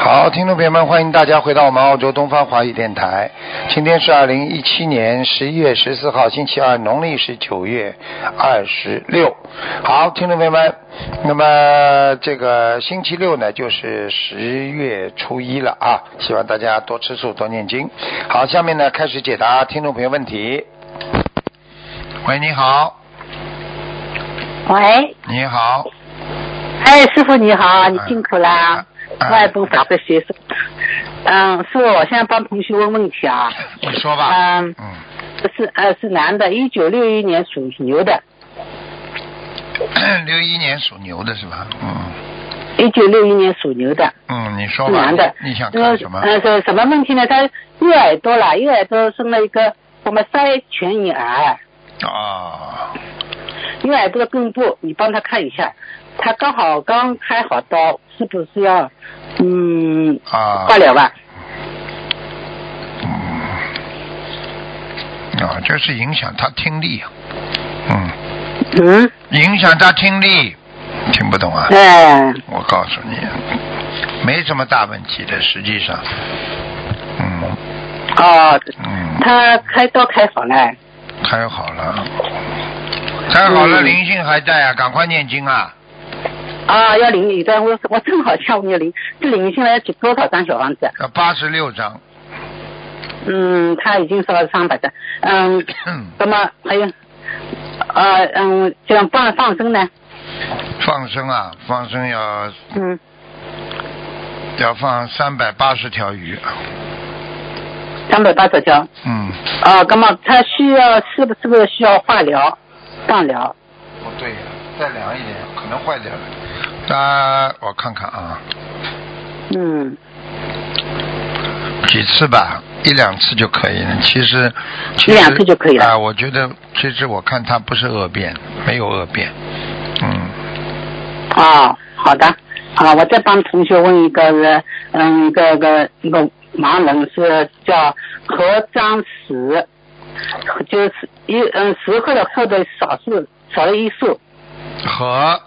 好，听众朋友们，欢迎大家回到我们澳洲东方华语电台。今天是二零一七年十一月十四号，星期二，农历是九月二十六。好，听众朋友们，那么这个星期六呢，就是十月初一了啊，希望大家多吃素，多念经。好，下面呢开始解答听众朋友问题。喂，你好，喂，你好，哎，师傅你好，你辛苦啦，哎外公法会学生。嗯，师傅，我现在帮同学问问题啊。你说吧。嗯，嗯，是呃是男的，一九六一年属牛的，嗯六一年属牛的是吧？嗯。一九六一年属牛的，嗯，你说是吧。男的。你想呃看什么？呃，是什么问题呢？他右耳朵啦，右耳朵生了一个我们腮全影癌，啊，右耳朵的根部，你帮他看一下，他刚好刚开好刀，是不是要嗯啊化疗吧？啊，就是影响他听力啊，嗯，嗯，影响他听力，听不懂啊？哎。我告诉你，没什么大问题的，实际上，嗯哦，嗯，他开刀开好了，开好了，开好了，嗯灵性还在啊，赶快念经啊！啊，要领你的，我我正好下午要领，这领下来多少张小房子？要八十六章，嗯，他已经烧了三百张，嗯，那么还有，呃，嗯，这样放放生呢？放生啊，放生要嗯，要放三百八十条鱼，啊三百八十张，嗯，啊，那么他需要是不是不是需要化疗、放疗？不哦对呀、再凉一点，可能坏掉了。那我看看啊，嗯，几次吧，一两次就可以了。其实，其实一两次就可以了啊、我觉得，其实我看他不是恶变，没有恶变。嗯，啊，好的，啊，我再帮同学问一个，呃嗯，一个一个一个盲人是叫何张石，就是一嗯石刻的刻的少数少了一竖，和，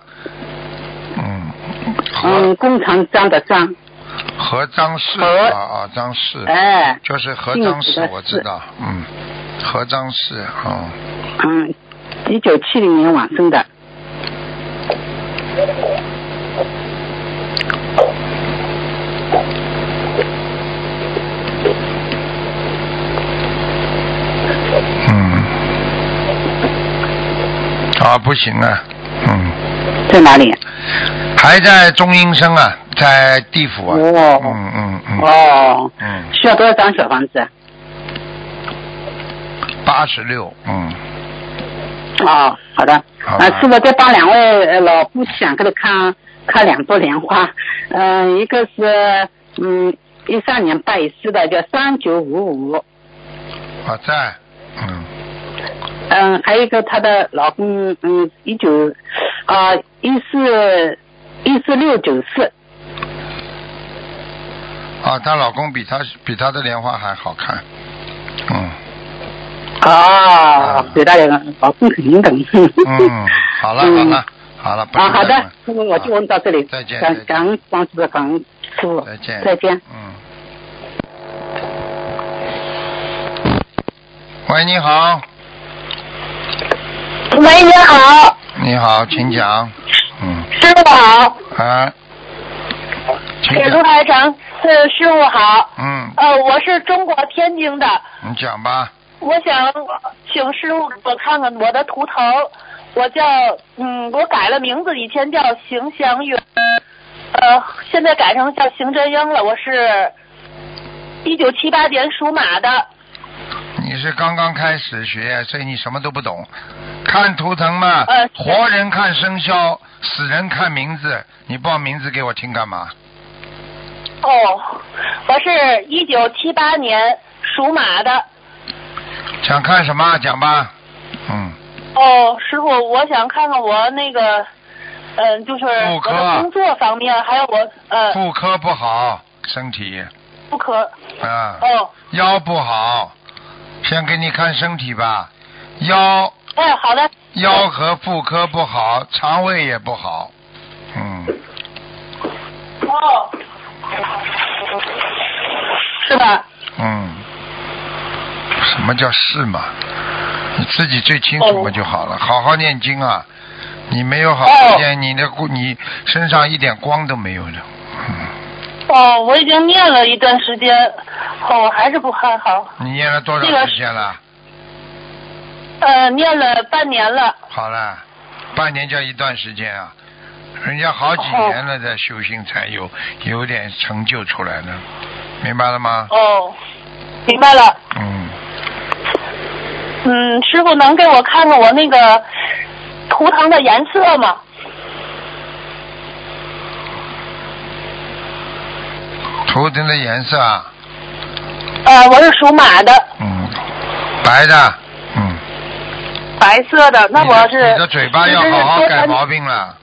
嗯，和嗯，工长张的张，和张氏和啊啊，张氏，哎，就是和姓张氏氏的，我氏知道，嗯，和张氏啊、嗯，一九七零年往生的，嗯，啊，不行啊，嗯。在哪里？还在中阴身啊，在地府啊。哦嗯嗯嗯哦，嗯，需要多少张小房子？啊八十六，嗯，哦，好的。好啊吧，师傅再帮两位呃老夫妻两个人看看两朵莲花，嗯、一个是嗯一三年拜师的叫三九五五，我啊在，嗯，嗯，还有一个她的老公嗯一九啊一四一四六九四，啊，她老公比她比她的莲花还好看，嗯哦，给大家老公肯定懂。嗯，好了好了好了，不啊，好说的了，师傅我就问到这里，再见感再见感恩光师傅，感恩师傅，再见再见。嗯。喂，你好，喂，你好，你好，请讲，嗯师傅好，啊，请哎给卢讲，台长，呃，师傅好，嗯，呃，我是中国天津的，你讲吧，我想请师傅给我看看我的图腾，我叫嗯，我改了名字，以前叫邢祥云，呃，现在改成叫邢真英了，我是一九七八年属马的，你是刚刚开始学，所以你什么都不懂。看图腾嘛，呃是活人看生肖，死人看名字。你报名字给我听干嘛？哦，我是一九七八年属马的。想看什么讲吧。嗯，哦，师傅，我想看看我那个，嗯、就是妇我科的工作方面，还有我呃妇科不好，身体妇科，啊，哦，腰不好。先给你看身体吧，腰哎，好的，腰和妇科不好，肠胃也不好。嗯，哦，是吧？嗯，什么叫是嘛？你自己最清楚嘛哦就好了，好好念经啊！你没有好哦好念，你的故你身上一点光都没有的。哦，我已经念了一段时间，哦，我还是不看好，你念了多这个少时是间了？呃，念了半年了，好了，半年叫一段时间啊，人家好几哦年了在修行才有有点成就出来呢，明白了吗？哦，明白了。嗯，嗯，师傅能给我看看我那个图腾的颜色吗？图腾的颜色啊，呃，我是属马的，嗯，白的，嗯，白色的。那你我的是你的嘴巴要就是好好多改穿毛病了，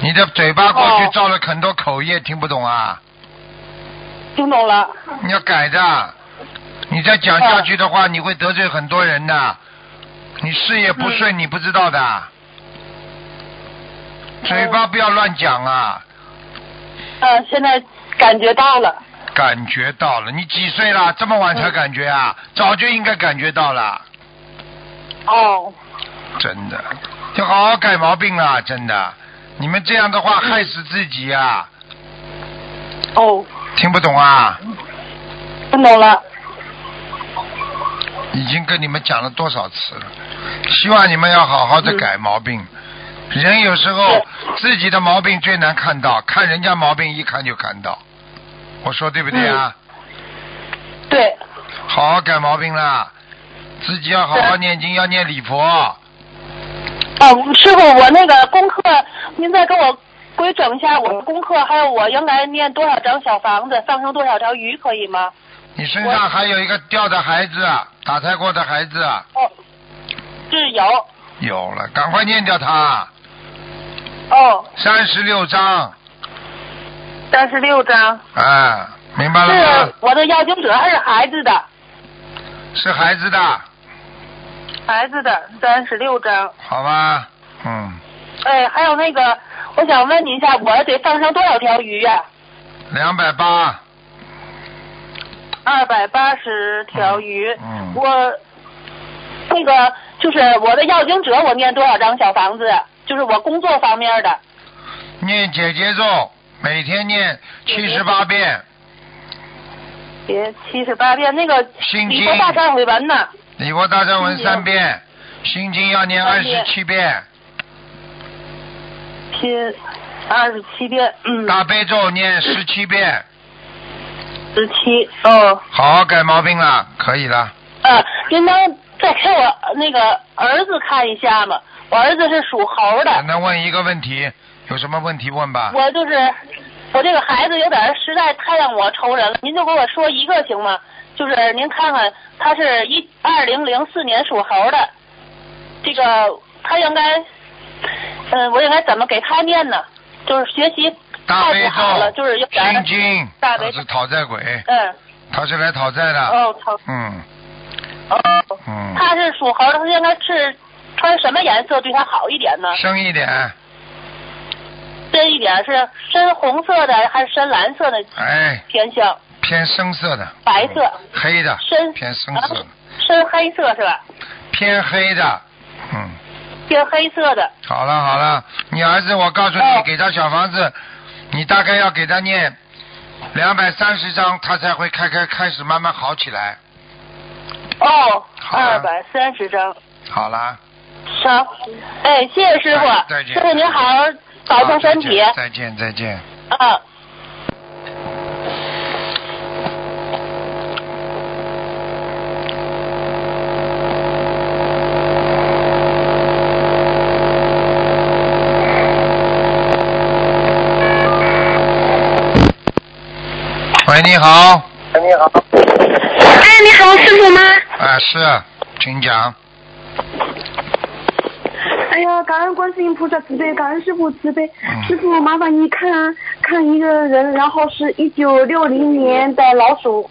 你的嘴巴过去哦造了很多口业，听不懂啊？听懂了。你要改的，你再讲下去的啊话，你会得罪很多人的。你事业不嗯顺，你不知道的。嘴巴不要乱讲啊！呃，现在感觉到了。感觉到了，你几岁了？这么晚嗯才感觉啊？早就应该感觉到了，哦，真的，要好好改毛病了，真的。你们这样的嗯话害死自己呀、啊！哦，听不懂啊？听懂了。已经跟你们讲了多少次了，希望你们要好好的改毛病。人有时候对自己的毛病最难看到，看人家毛病一看就看到。我说对不对啊？对，好好改毛病啦，自己要好好对念经，要念礼佛。哦，师傅，我那个功课，您再给我规整一下我的功课，还有我应该念多少张小房子，放生多少条鱼，可以吗？你身上还有一个掉的孩子，啊打胎过的孩子，啊哦，是有。有了，赶快念掉它，哦，三十六章，三十六张。啊，明白了是吗？我的要经者还是孩子的？是孩子的，孩子的三十六张。好吧？嗯，哎，还有那个，我想问你一下，我得放生多少条鱼啊呀、两百八。二百八十条鱼。嗯嗯我那个就是我的要经者，我念多少张小房子？就是我工作方面的。念姐姐咒，每天念七十八遍别七十八遍，那个心你经，说大忏悔文呢？礼佛大忏文三遍，心经要念二三十遍七遍，拼二十七遍，嗯，大悲咒念十七遍，十七，哦，好好改毛病了，可以了。呃，您能再给我那个儿子看一下吗？我儿子是属猴的，那问一个问题，有什么问题问吧？嗯我就是我这个孩子有点儿实在太让我愁人了，您就给我说一个行吗？就是您看看，他是一二零零四年属猴的，这个他应该，嗯、我应该怎么给他念呢？就是学习大太悲不好了，咒就是有、点心儿，经，大他悲咒是讨债鬼，嗯，他是来讨债的。哦，操，嗯哦，嗯，他是属猴的，他应该是穿什么颜色对他好一点呢？深一点，深一点是深红色的还是深蓝色的哎，偏向？偏深色的，嗯白色、黑的，深啊偏深色的啊，深黑色是吧？偏黑的，嗯。偏黑色的。好了好了，你儿子，我告诉你，哦给他小房子，你大概要给他念两百三十张，他才会开开开始慢慢好起来。哦，好二啊百三十张。好啦，好，哎，谢谢师傅哎，再见师傅您好好保重身体好啊。再见再见再见。喂，你好，哎，你好，师傅吗？啊是，请讲，哎呀，感恩观世音菩萨慈悲，感恩师傅慈悲嗯。师傅，麻烦你看看一个人，然后是一九六零年的老鼠，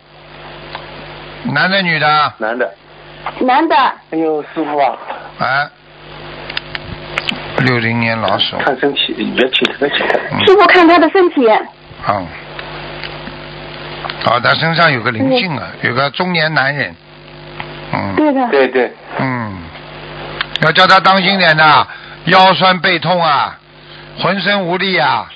男的女的？男的。男的。哎呦，师傅啊，哎，六零年老鼠，看身体，你别紧，别紧。嗯师傅看他的身体，嗯，啊，他身上有个灵性啊，有个中年男人，嗯对的，对对，嗯，要叫他当心点呐、腰酸背痛啊，浑身无力啊，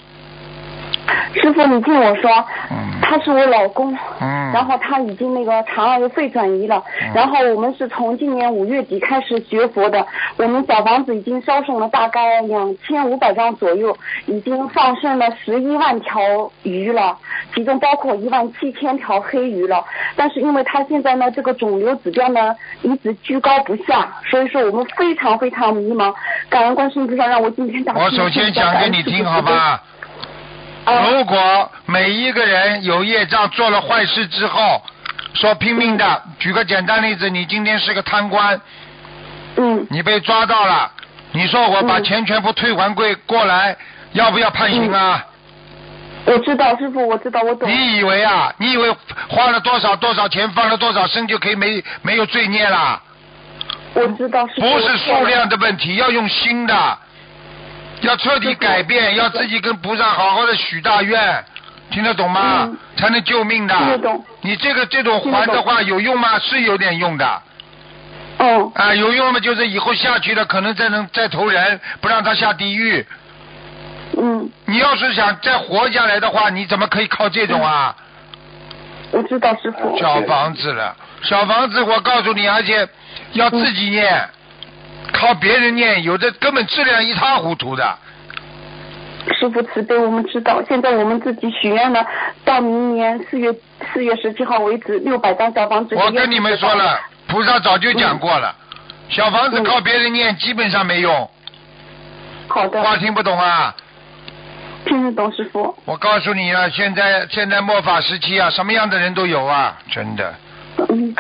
师傅你听我说，嗯他是我老公，嗯，然后他已经那个肠癌肺转移了，嗯然后我们是从今年五月底开始学佛的，我们小房子已经烧送了大概两千五百张左右，已经放生了十一万条鱼了，其中包括一万七千条黑鱼了。但是因为他现在呢，这个肿瘤指标呢一直居高不下，所以说我们非常非常迷茫。感恩观世音菩萨让我今天打通我首先讲给你听好？吧，感恩师父慈悲啊，如果每一个人有业障，做了坏事之后，说拼命的，举个简单例子，你今天是个贪官，嗯，你被抓到了，你说我把嗯钱全部退还归过来，要不要判刑啊？我知道师傅，我知道，我懂。你以为啊？你以为花了多少多少钱，放了多少生就可以没没有罪孽啦？我知道是不是数量的问题，要用心的，要彻底改变，要自己跟菩萨好好的许大愿，听得懂吗？嗯才能救命的。听得懂你这个这种还的话有用吗？是有点用的啊、嗯，有用嘛就是以后下去了，可能再能再投人，不让他下地狱。嗯，你要是想再活下来的话，你怎么可以靠这种啊？我知道师傅。小房子了，小房子，我告诉你，而且要自己念，嗯靠别人念，有的根本质量一塌糊涂的。师傅慈悲，我们知道，现在我们自己许愿了，到明年四月四月十七号为止，六百张小房子。我跟你们说了，菩萨早就讲过了，小房子嗯靠别人念基本上没用，好的，话听不懂啊。听得懂师傅。我告诉你啊，现在现在末法时期啊，什么样的人都有啊，真的。嗯，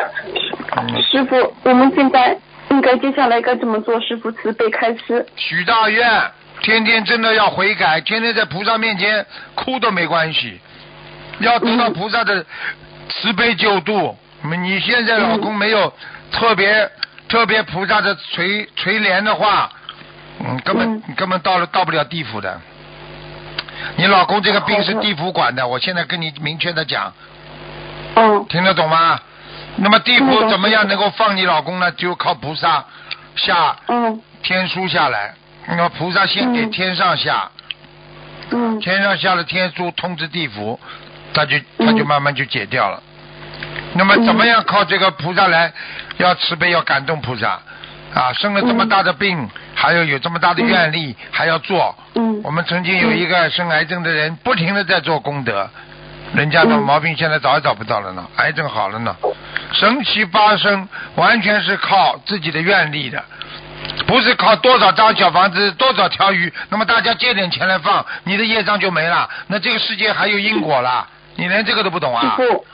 嗯师傅，我们现在应该接下来该怎么做？师傅慈悲开示。许大愿，天天真的要悔改，天天在菩萨面前哭都没关系，要得到嗯菩萨的慈悲救度。嗯你现在老公没有特别特别菩萨的垂垂怜的话，嗯，根本嗯你根本到了到不了地府的。你老公这个病是好的地府管的，我现在跟你明确的讲，嗯，听得懂吗？那么地听得府懂怎么样能够放你老公呢？就靠菩萨下嗯，天书下来，那么菩萨先给嗯天上下，嗯，天上下了天书通知地府，他就他就嗯慢慢就解掉了。那么怎么样靠这个菩萨嗯来，要慈悲要感动菩萨，啊，生了这么嗯大的病，还要有这么大的愿力，还要做。嗯我，们曾经有一个生癌症的人，不停的在做功德，人家的嗯毛病现在找也找不到了呢，癌症好了呢，神奇发生，完全是靠自己的愿力的，不是靠多少张小房子、多少条鱼，那么大家借点钱来放，你的业障就没了，那这个世界还有因果啦，你连这个都不懂师啊？傅。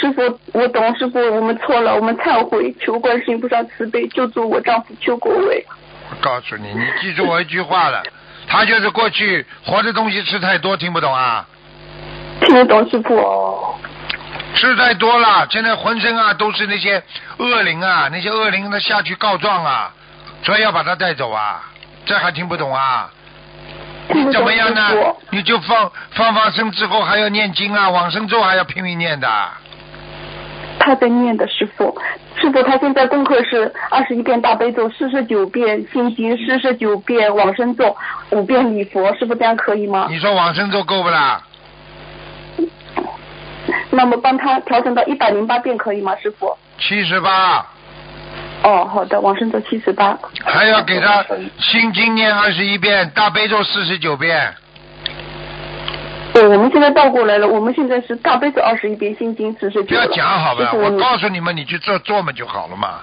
师傅，我懂，师傅，我们错了，我们忏悔，求观世音菩萨慈悲，救助我丈夫邱国伟。我告诉你，你记住我一句话了，他就是过去活的东西吃太多，听不懂啊？听得懂师傅？哦吃太多了，现在浑身啊都是那些恶灵啊，那些恶灵呢下去告状啊，所以要把他带走啊，这还听不懂啊？听得懂怎么样呢师傅？？你就放放放生之后还要念经啊，往生咒还要拼命念的。他在念的师傅，师傅他现在功课是二十一遍大悲咒，四十九遍心经，四十九遍往生咒，五遍礼佛，师傅这样可以吗？你说往生咒够不啦？那么帮他调整到一百零八遍可以吗，师傅？七十八，哦，好的，往生咒七十八。还要给他心经念二十一遍，大悲咒四十九遍。对，我们现在倒过来了，我们现在是大悲咒二十一遍，心经四十九。不要讲好吧，师傅，我们告诉你们，你去做做嘛就好了嘛。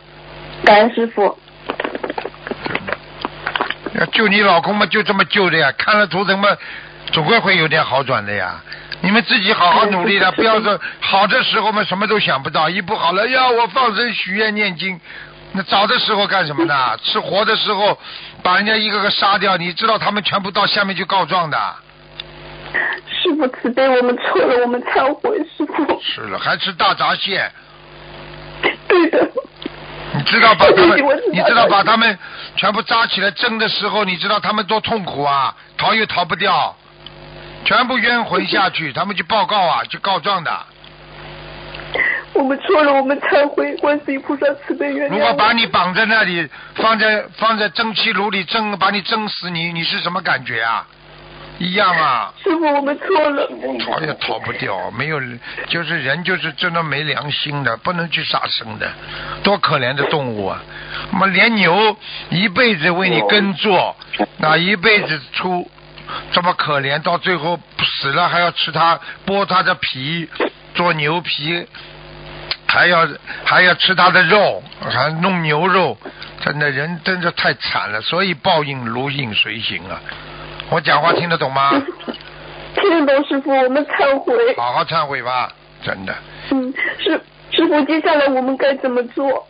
感恩师傅。要救你老公嘛，就这么救的呀，看了图腾嘛，总归会有点好转的呀。你们自己好好努力了，嗯不要说好的时候嘛什么都想不到，一不好了，哎呀我放生许愿念经，那早的时候干什么呢？吃活的时候把人家一个个杀掉，你知道他们全部到下面去告状的。师傅慈悲，我们错了，我们忏悔，师傅。是了，还吃大闸蟹，对的，你知道把 他们对我知道，你知道把他们全部扎起来蒸的时候，你知道他们多痛苦啊，逃 又逃不掉，全部冤魂下去，他们去报告啊，去告状的。我们错了，我们忏悔，观世音菩萨慈悲原谅如我果把你绑在那里，放在放在蒸汽炉里蒸，把你蒸死你，你是什么感觉啊？一样啊，师傅，我们错了，逃也逃哎不掉，没有，就是人就是真的没良心的，不能去杀生的，多可怜的动物啊！那么连牛一辈子为你耕作，那一辈子出这么可怜，到最后死了还要吃它剥它的皮，做牛皮，还要还要吃它的肉，还弄牛肉，真的人真的太惨了，所以报应如影随形啊！我讲话听得懂吗？听得懂师傅，我们忏悔。 好好忏悔吧，真的，嗯，师师傅，接下来我们该怎么做？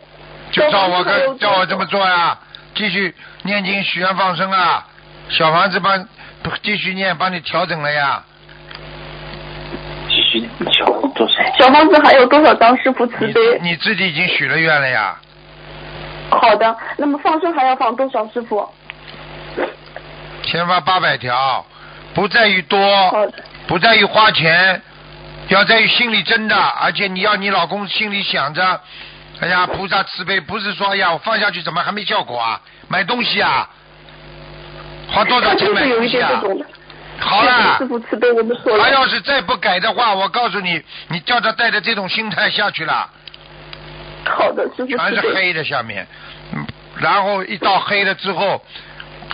就照我刚才还有跟照我这么做呀、继续念经许愿放生啊，小房子帮不继续念，帮你调整了呀。继续调多少？小房子还有多少张？师傅慈你悲。你自己已经许了愿了呀，好的，那么放生还要放多少？师傅？哦先发八百条，不在于好多，的，不在于花钱，要在于心里真的，而且你要你老公心里想着，哎呀，菩萨慈悲，不是说哎呀我放下去怎么还没效果啊？买东西啊，花多少钱师傅买有东一西点啊这？种的。好了师，傅慈悲，我们错了他。要是再不改的话，我告诉你，你叫他带着这种心态下去了，好的，师傅全是慈悲。黑的下面，嗯，然后一到黑了之后，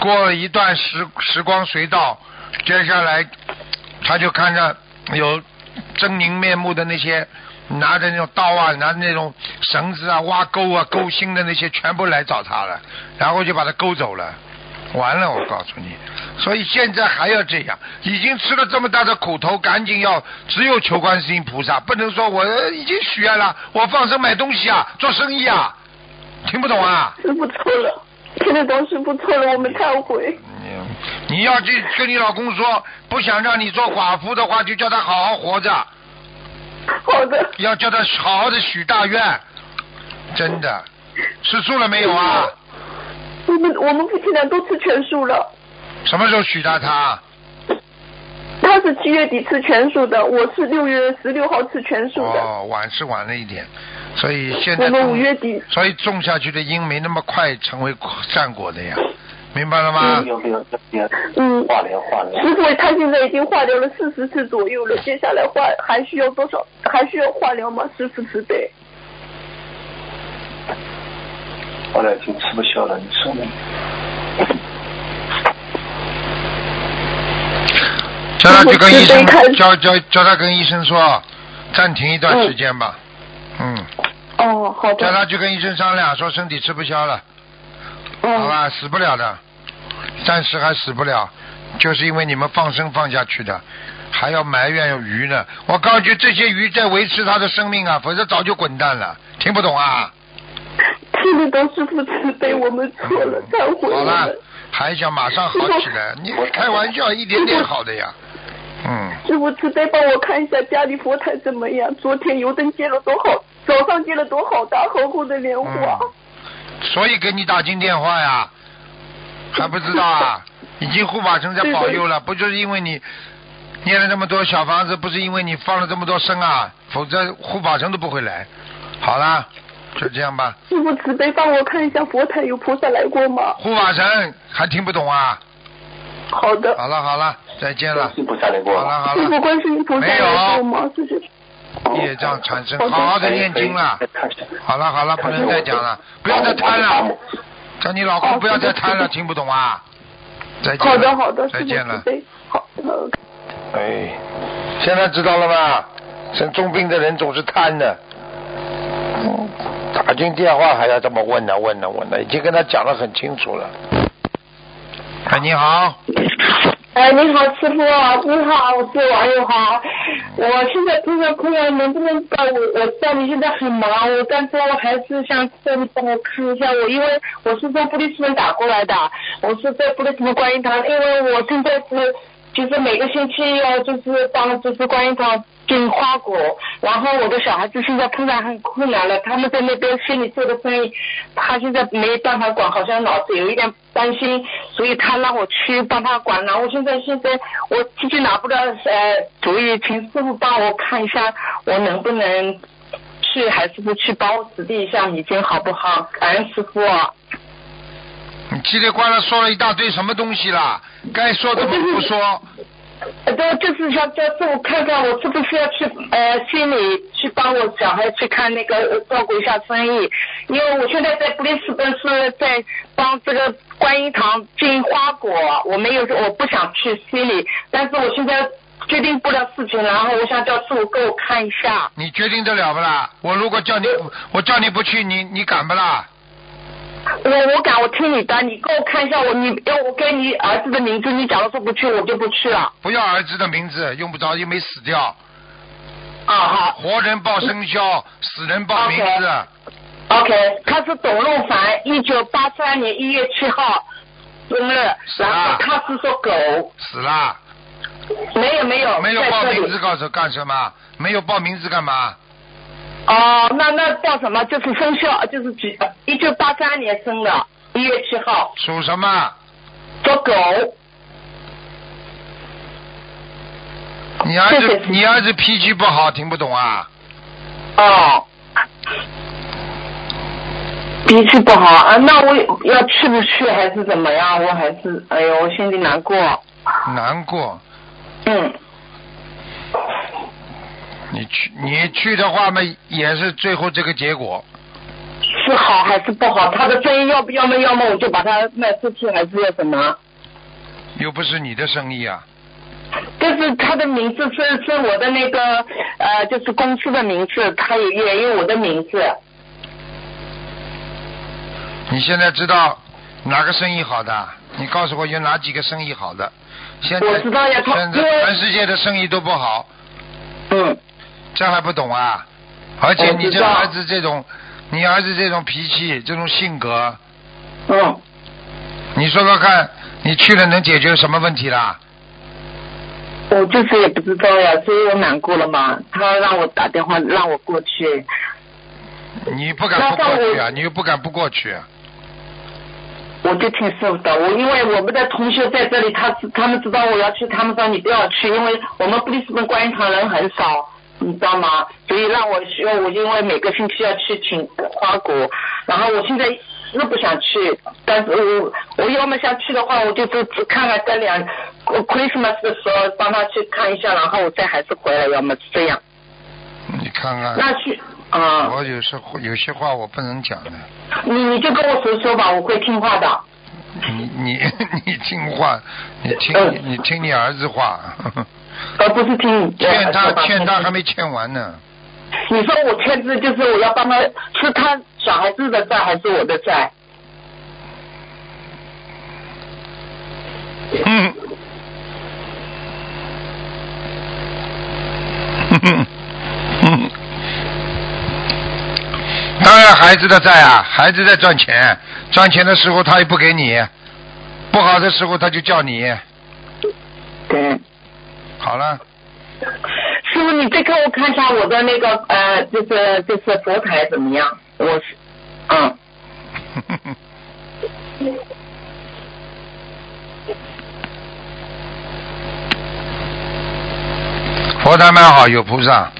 过了一段时时光隧道，接下来他就看着有狰狞面目的那些拿着那种刀啊，拿着那种绳子啊，挖沟啊、勾心的那些全部来找他了，然后就把他勾走了。完了，我告诉你，所以现在还要这样，已经吃了这么大的苦头，赶紧要只有求观世音菩萨，不能说我呃已经许愿了，我放生买东西啊，做生意啊，听不懂啊？师傅错了，听得懂师傅错了，我们忏悔。嗯你你要去跟你老公说，不想让你做寡妇的话，就叫他好好活着， 好的，要叫他好好的许大愿，真的，吃素了没有啊？我们我们夫妻俩都吃全素了。什么时候许大他？他是七月底吃全素的，我是六月十六号吃全素的。哦，晚是晚了一点，所以现在我们种五月底，所以种下去的因没那么快成为善果的呀，明白了吗？有没有没有嗯，化疗化疗？师傅他现在已经化疗了四十次左右了，接下来化还需要多少？还需要化疗吗？师傅慈悲。后来就吃不消了，你说呢？叫他去跟医我准备开生，叫叫叫他跟医生说，暂停一段时间吧。嗯，哦，好叫的，他去跟医生商量，说身体吃不消了，好嗯，吧，死不了的，暂时还死不了，就是因为你们放生放下去的。还要埋怨有鱼呢，我告诉你，这些鱼在维持它的生命啊，否则早就滚蛋了。听不懂啊？听得懂师傅慈悲，我们错了，忏悔嗯好我了们。，还想马上好起来？你开玩笑，一点点好的呀。嗯，师傅慈悲，帮我看一下家里佛台怎么样？昨天油灯接了多好，早上接了多好大厚厚的莲花。嗯所以给你打进电话呀，还不知道 啊？已经护法神在保佑了，不就是因为你念了这么多小房子，不是因为你放了这么多生啊，否则护法神都不会来。好啦，就这样吧。师傅慈悲，帮我看一下佛台有菩萨来过吗？护法神还听不懂啊？好的。好了好了，再见了。进不下来过好了好师了傅，，观世音菩萨没有来过吗？师傅，业障产生，好好的念经了。看一下好了好了，不能再讲了，不要再贪了。叫你老公不要再贪了，听不懂啊？再见了。好的好的，师再傅见慈了。悲，好呃的。哎，现在知道了吧？生重病的人总是贪的。嗯打进电话还要这么问呢、啊问呢、问呢、已经跟他讲的很清楚了。哎，你好，哎，你好，师傅，你好，我是王永华。我现在不知道看能不能帮我，我知道你现在很忙，我但是我还是想叫你帮我看一下我，因为我是在布里斯本打过来的，我是在布里斯本观音堂，因为我现在是就是每个星期要就是帮就是观音堂订花果，然后我的小孩子现在突然很困难了，他们在那边心里做的生意，他现在没办法管，好像脑子有一点担心，所以他让我去帮他管，然后现在现在我自己拿不到呃主意，请师傅帮我看一下，我能不能去还是不去，帮我指点一下迷津好不好？感恩师傅、啊。你叽里呱啦说了一大堆什么东西啦？该说怎么不 说？都呃就是想叫师傅看看我是不是要去呃心里去帮我小孩去看那个呃照顾一下生意，因为我现在在布里斯本是在帮这个观音堂进花果，我没有我不想去心里，但是我现在决定不了事情，然后我想叫师傅给我看一下，你决定得了不啦？我如果叫你，我叫你不去，你你敢不啦？我我敢我听你的，你给我看一下我你要我给你儿子的名字，你假如说不去我就不去了，不要儿子的名字，用不着，又没死掉，啊好。活人报生肖，死人报名字。 OK，他是董路凡，一九八三年一月七号生日，是啊然后他是说狗，死啦！没有没有，哦没有在报这名里字干什干什么？没有报名字干嘛？哦，那那叫什么？就是生肖，就是几，一九八三年生的，一月七号，属什么？做狗。你儿谢子谢你儿子脾气不好，听不懂啊？哦。脾气不好啊，那我要去不去还是怎么样？我还是，哎呦，我心里难过。难过，嗯，你去你去的话嘛，也是最后这个结果。是好还是不好？他的生意要不要么要么我就把它卖出去，还是要什么？又不是你的生意啊，但是他的名字是是我的那个呃，就是公司的名字，他也也有我的名字。你现在知道哪个生意好的？你告诉我有哪几个生意好的？现在我知道呀他现在因为全世界的生意都不好，嗯，这还不懂啊？而且你我知这道儿子这种，你儿子这种脾气，这种性格，嗯，你说说看，你去了能解决什么问题啦？我就是哦也不知道呀，所以我难过了嘛。他让我打电话让我过去，你不敢不过去那啊，我你又不敢不过去、啊。我就挺受的。我因为我们的同学在这里，他知他们知道我要去，他们说你不要去，因为我们布里斯本观音堂人很少，你知道吗？所以让我呃需要我因为每个星期要去请花鼓，然后我现在又不想去，但是我我要么想去的话，我就只只看看这两 Christmas 的时候帮他去看一下，然后我再还是回来，要么是这样。你看看，那去啊、我有时候有些话我不能讲的，你你就跟我说说吧，我会听话的。你你 你听话，你听嗯你听你儿子话， 而不是听你的欠他啊说吧欠他还没欠完呢，你说我欠债就是我要帮他，是他小孩子的债还是我的债？嗯。哼哼哼 当然，孩子的债啊，孩子在赚钱，赚钱的时候他也不给你，不好的时候他就叫你，对。好了， 师傅，你再给我看一下我的那个呃，就是就是佛台怎么样？我是，嗯，佛台蛮好，有菩萨。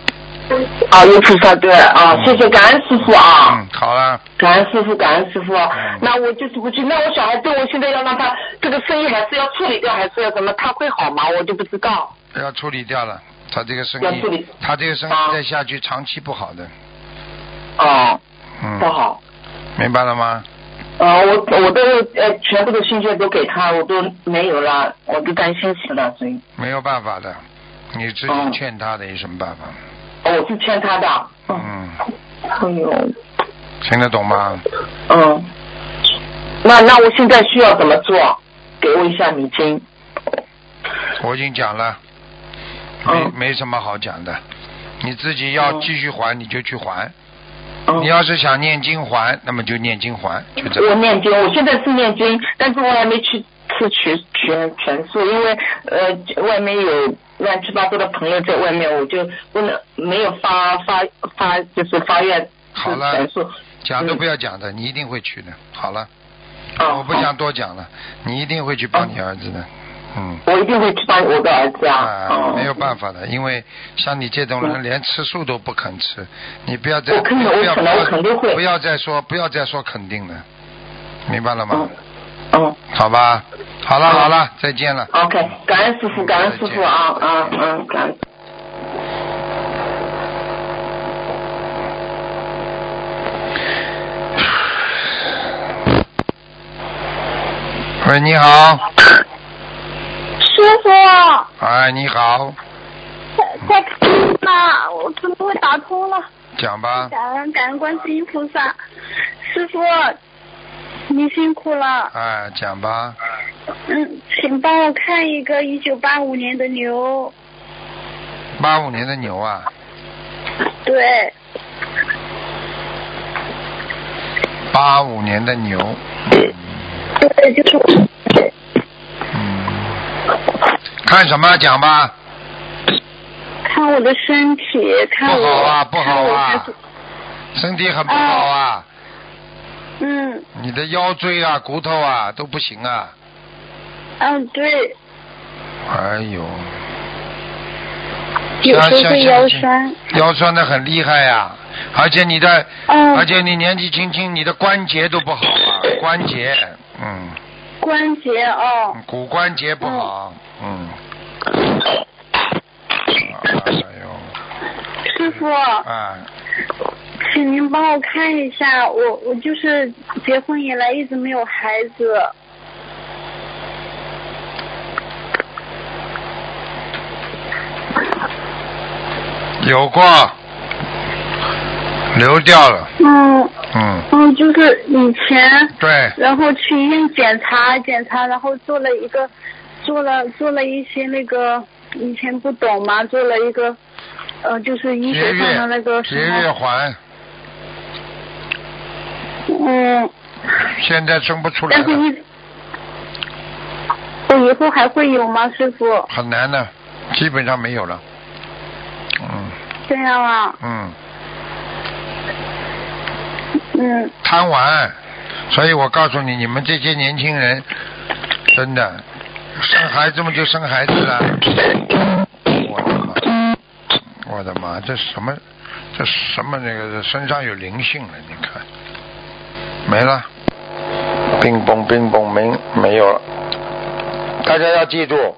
啊，有菩萨对啊，谢谢，感恩师傅啊。嗯，好了，感恩师傅，感恩师傅嗯。那我就是不去，那我小孩子，我现在要让他这个生意还是要处理掉，还是要怎么？他会好吗？我就不知道。不要处理掉了，他这个生要意处理，他这个生意啊再下去长期不好的，哦，嗯不，好。明白了吗？呃，我我的呃全部的心血都给他，我都没有了，我都担心死了，所以、没有办法的，你自己嗯欠他的有什么办法？哦我是欠他的。嗯，哎呦，听得懂吗？嗯，那那我现在需要怎么做？给我一下米金。我已经讲了，没嗯没什么好讲的，你自己要嗯继续还你就去还，嗯你，要是想念经还，那么就念经还，就这我样。念经，我现在是念经，但是我还没去吃全全全素，因为呃外面有乱七八糟的朋友在外面，我就不能没有发发发就是发愿吃好了全素。讲都嗯不要讲的，你一定会去的。好了，哦我不想多讲了，你一定会去帮你儿子的。嗯。我一定会去帮我的儿子啊。啊，嗯没有办法的，因为像你这种人连吃素都不肯吃，你不要再我不肯定要不我肯定我肯定要会不要再说不要再说肯定的，明白了吗？嗯好吧，好了好了，再见了。 ，OK，感恩师傅，感恩师傅啊啊啊，感恩。喂，你好，师傅，哎，你好，在看吗？我怎么会打通了？讲吧，感恩感恩观世音菩萨，师傅，您辛苦了。哎，讲吧，嗯，请帮我看一个一九八五年的牛，八五年的牛啊，对，八五年的牛，对，就是我嗯，看什么讲吧，看我的身体，不看我，好啊，不好看我啊自己，身体很不好啊，嗯你的腰椎啊、骨头啊都不行啊，嗯，对，哎呦，有时候像会像腰像酸，腰酸的很厉害呀、而且你的，嗯而且你年纪轻轻，你的关节都不好 啊，关节，嗯，关节哦，骨关节不好，嗯。哎呦，师傅，嗯啊，请您帮我看一下，我我就是结婚以来一直没有孩子，有过，流掉了，嗯嗯，嗯，就是以前，对，然后去医院检查检查，然后做了一个，做了做了一些那个以前不懂嘛，做了一个，呃，就是医节学上的那月个节什月么，环，嗯，现在生不出来但是了，一，我以后还会有吗，师傅？很难的，基本上没有了，嗯这样啊，嗯，嗯，贪玩，所以我告诉你，你们这些年轻人，真的生孩子嘛就生孩子了。我的妈！我的妈！这什么？这什么？那个身上有灵性了，你看，没了。冰崩冰崩没没有了。大家要记住，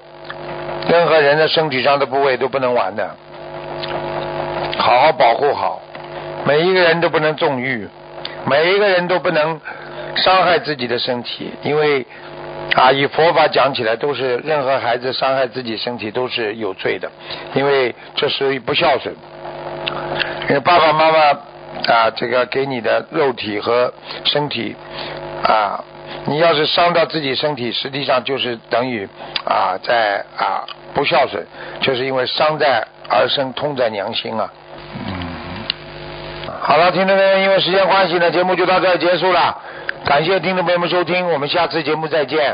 任何人的身体上的部位都不能玩的，好好保护好。每一个人都不能纵欲，每一个人都不能伤害自己的身体，因为啊，以佛法讲起来，都是任何孩子伤害自己身体都是有罪的，因为这属于不孝顺。因为爸爸妈妈啊，这个给你的肉体和身体啊，你要是伤到自己身体，实际上就是等于啊，在啊不孝顺，就是因为伤在儿身，痛在娘心啊。好了，听众朋友们，因为时间关系呢，节目就到这儿结束了。感谢听众朋友们收听，我们下次节目再见。